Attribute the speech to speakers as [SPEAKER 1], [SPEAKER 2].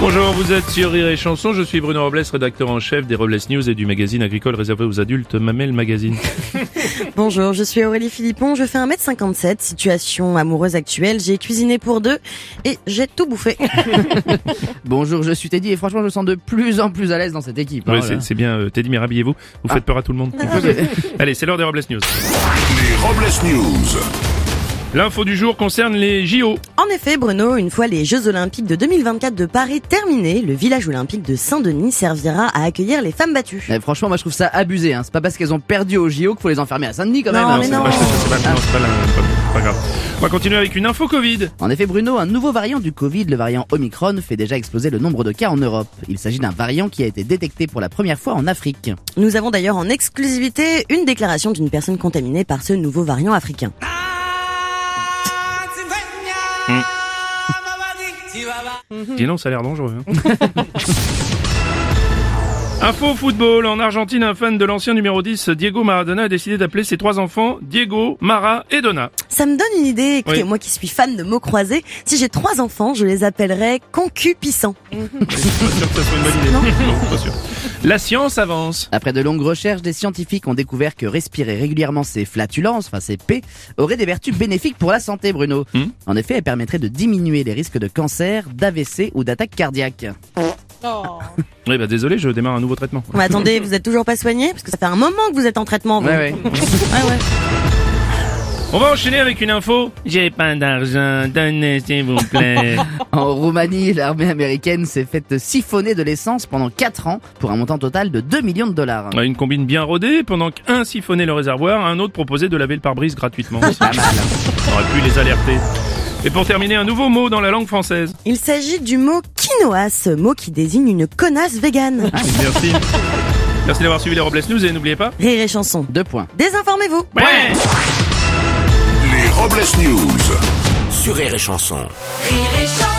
[SPEAKER 1] Bonjour, vous êtes sur Rire et Chanson, je suis Bruno Robles, rédacteur en chef des Robles News et du magazine agricole réservé aux adultes Mamel Magazine.
[SPEAKER 2] Bonjour, je suis Aurélie Philippon, je fais 1m57, situation amoureuse actuelle, j'ai cuisiné pour deux et j'ai tout bouffé.
[SPEAKER 3] Bonjour, je suis Teddy et franchement, je me sens de plus en plus à l'aise dans cette équipe. hein,
[SPEAKER 1] Ouais,
[SPEAKER 3] là.
[SPEAKER 1] c'est- c'est bien, euh, Teddy, mais rhabillez-vous, vous faites peur à tout le monde. Allez, c'est l'heure des Robles News.
[SPEAKER 4] Les Robles News.
[SPEAKER 1] L'info du jour concerne les JO.
[SPEAKER 2] En effet, Bruno, une fois les Jeux Olympiques de 2024 de Paris terminés, le village olympique de Saint-Denis servira à accueillir les femmes battues.
[SPEAKER 3] Eh, franchement, moi, je trouve ça abusé. Hein. C'est pas parce qu'elles ont perdu au JO qu'il faut les enfermer à Saint-Denis quand
[SPEAKER 2] Non,
[SPEAKER 3] même. Ah. hein.
[SPEAKER 2] mais
[SPEAKER 1] c'est
[SPEAKER 2] non.
[SPEAKER 1] pas, c'est pas- non, c'est pas la- pas- pas grave. On va continuer avec une info Covid.
[SPEAKER 3] En effet, Bruno, un nouveau variant du Covid, le variant Omicron, fait déjà exploser le nombre de cas en Europe. Il s'agit d'un variant qui a été détecté pour la première fois en Afrique.
[SPEAKER 2] Nous avons d'ailleurs en exclusivité une déclaration d'une personne contaminée par ce nouveau variant africain.
[SPEAKER 1] Dis non, ça a l'air dangereux. hein. Info football. En Argentine, un fan de l'ancien numéro 10, Diego Maradona, a décidé d'appeler ses trois enfants Diego, Mara et Donna.
[SPEAKER 2] Ça me donne une idée, écoutez,
[SPEAKER 1] Oui.
[SPEAKER 2] moi qui suis fan de mots croisés, si j'ai trois enfants, je les appellerai concupissants.
[SPEAKER 1] Pas sûr que ça soit une bonne idée. Non, pas sûr. La science avance.
[SPEAKER 3] Après de longues recherches, des scientifiques ont découvert que respirer régulièrement ces flatulences, enfin ces P, aurait des vertus bénéfiques pour la santé, Bruno.
[SPEAKER 1] Hmm.
[SPEAKER 3] En effet, elle permettrait de diminuer les risques de cancer, d'AVC ou d'attaque cardiaque.
[SPEAKER 1] Eh ben, désolé, je démarre un nouveau traitement.
[SPEAKER 2] Mais attendez, vous êtes toujours pas soigné Parce que ça fait un moment que vous êtes en traitement. vous.
[SPEAKER 3] ouais.
[SPEAKER 1] On va enchaîner avec une info. J'ai pas d'argent, donnez s'il vous plaît.
[SPEAKER 3] En Roumanie, l'armée américaine s'est faite siphonner de l'essence pendant 4 ans pour un montant total de 2 millions de dollars.
[SPEAKER 1] On a une combine bien rodée, pendant qu'un siphonnait le réservoir, un autre proposait de laver le pare-brise gratuitement.
[SPEAKER 3] Pas mal.
[SPEAKER 1] On aurait pu les alerter. Et pour terminer, un nouveau mot dans la langue française.
[SPEAKER 2] Il s'agit du mot quinoa, ce mot qui désigne une connasse végane.
[SPEAKER 1] Ah. Merci. Merci d'avoir suivi les Robles News et n'oubliez pas.
[SPEAKER 2] Rire et chanson.
[SPEAKER 3] Deux points.
[SPEAKER 2] Désinformez-vous
[SPEAKER 1] Ouais
[SPEAKER 4] Les Robles News.
[SPEAKER 5] Sur Rire et Chanson.
[SPEAKER 6] Rire et chanson.